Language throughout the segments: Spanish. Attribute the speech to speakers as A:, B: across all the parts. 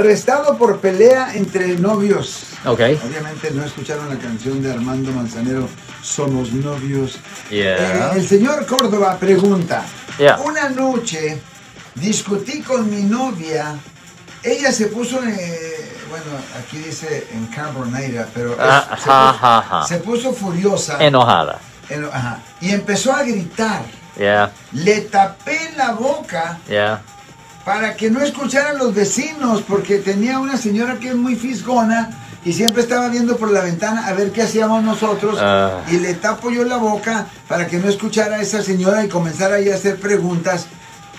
A: Arrestado por pelea entre novios.
B: Ok.
A: Obviamente no escucharon la canción de Armando Manzanero, Somos novios.
B: Yeah.
A: Eh, el señor Córdoba pregunta,
B: Yeah.
A: una noche discutí con mi novia, ella se puso, eh, bueno, aquí dice en Carbonaira, pero es-
B: Ah,
A: se, puso,
B: ajá, ajá, ajá.
A: se puso furiosa
B: Enojada.
A: en- ajá, y empezó a gritar.
B: Yeah,
A: Le tapé la boca
B: yeah.
A: para que no escucharan los vecinos, porque tenía una señora que es muy fisgona y siempre estaba viendo por la ventana a ver qué hacíamos nosotros
B: Ah.
A: y le tapo yo la boca para que no escuchara a esa señora y comenzara ahí a hacer preguntas.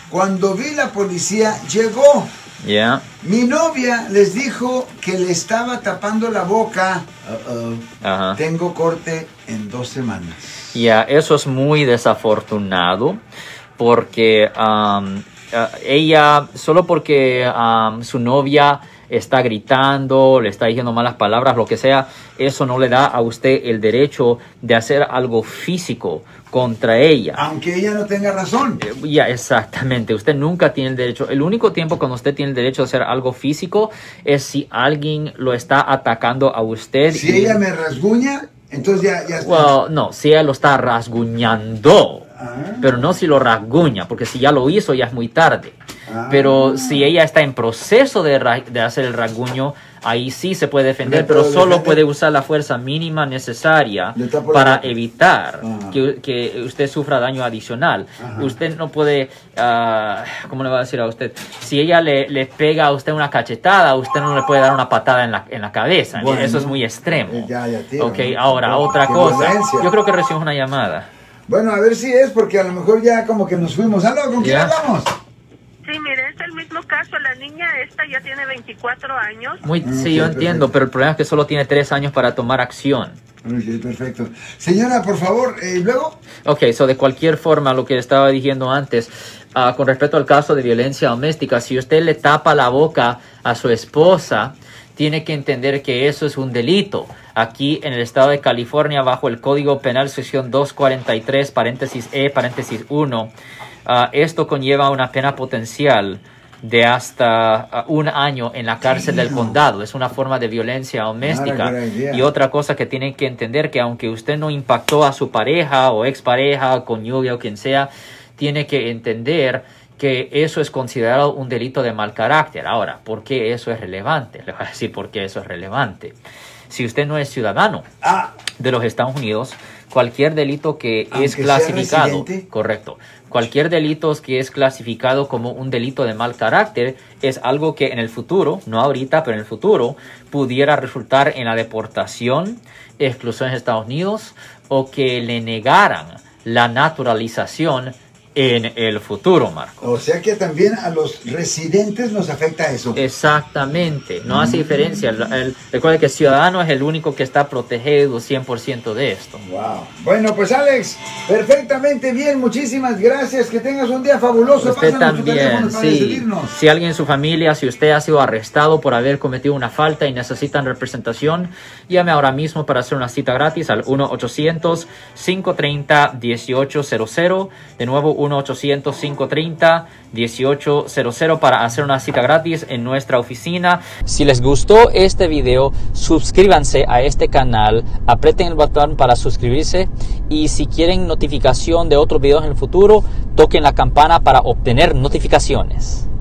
A: Cuando vi la policía, llegó.
B: Yeah.
A: Mi novia les dijo que le estaba tapando la boca.
B: Ajá.
A: Tengo corte en dos semanas.
B: Ya, uh-huh. eso es muy desafortunado porque am, ah, ella, solo porque am, su novia está gritando, le está diciendo malas palabras, lo que sea, eso no le da a usted el derecho de hacer algo físico contra ella.
A: Aunque ella no tenga razón.
B: Eh, Ya, exactamente. Usted nunca tiene el derecho. El único tiempo cuando usted tiene el derecho de hacer algo físico es si alguien lo está atacando a usted.
A: Si ella me rasguña, entonces ya, ya
B: Well, no, si ella lo está rasguñando.
A: Ah.
B: Pero no si lo rasguña, porque si ya lo hizo ya es muy tarde.
A: Ah.
B: Pero si ella está en proceso de, ra- de hacer el rasguño, ahí sí se puede defender,
A: Le
B: pero
A: puedo
B: solo
A: defender.
B: puede usar la fuerza mínima necesaria
A: Le tapo la
B: para
A: boca.
B: evitar
A: Ajá.
B: que, que usted sufra daño adicional.
A: Ajá.
B: Usted no puede, ah, ¿cómo le va a decir a usted? Si ella le, le pega a usted una cachetada, usted no le puede dar una patada en la, en la cabeza.
A: Bueno.
B: Eso es muy extremo.
A: Ya, ya, tío.
B: ok, ahora, otra
A: Qué
B: cosa.
A: violencia.
B: Yo creo que recibimos una llamada.
A: Bueno, a ver si es, porque a lo mejor ya como que nos fuimos. ¿Aló? ¿Con quién
B: Ya.
A: hablamos?
C: Sí, mire, es el mismo caso. La niña esta ya tiene 24 años.
B: Muy,
A: Ah,
B: sí,
A: ok,
B: yo entiendo,
A: perfecto.
B: pero el problema es que solo tiene tres años para tomar acción.
A: Ok, perfecto. Señora, por favor, eh, ¿y luego?
B: Ok, so de cualquier forma, lo que estaba diciendo antes, ah, con respecto al caso de violencia doméstica, si usted le tapa la boca a su esposa, tiene que entender que eso es un delito. Aquí en el estado de California, bajo el Código Penal, sección 243, paréntesis E, paréntesis 1, ah, esto conlleva una pena potencial de hasta ah, un año en la cárcel del
A: Damn.
B: condado. Es una forma de violencia doméstica.
A: good idea.
B: Y otra cosa que tienen que entender que aunque usted no impactó a su pareja o expareja, conyuge o quien sea, tiene que entender que eso es considerado un delito de mal carácter. Ahora, ¿por qué eso es relevante? Le voy a decir por qué eso es relevante. Si usted no es ciudadano
A: Ah,
B: de los Estados Unidos, cualquier delito que
A: Aunque
B: es
A: sea
B: clasificado,
A: residente.
B: correcto, cualquier delito que es clasificado como un delito de mal carácter es algo que en el futuro, no ahorita, pero en el futuro, pudiera resultar en la deportación, exclusión de Estados Unidos o que le negaran la naturalización en el futuro, Marco.
A: o sea que también a los residentes nos afecta eso.
B: Eh. Exactamente, no hace diferencia. El, el- recuerde que el ciudadano es el único que está protegido 100% de esto.
A: Wow. Bueno, pues Alex, perfectamente bien, muchísimas gracias, que tengas un día fabuloso.
B: Usted
A: Pásanos tu teléfono
B: también,
A: para
B: sí.
A: despedirnos.
B: Si alguien en su familia, si usted ha sido arrestado por haber cometido una falta y necesitan representación, llame ahora mismo para hacer una cita gratis al 1-800-530-1800. De nuevo, 1-800-530-1800 para hacer una cita gratis en nuestra oficina. Si les gustó este video, suscríbanse a este canal, aprieten el botón para suscribirse y si quieren notificación de otros videos en el futuro, toquen la campana para obtener notificaciones.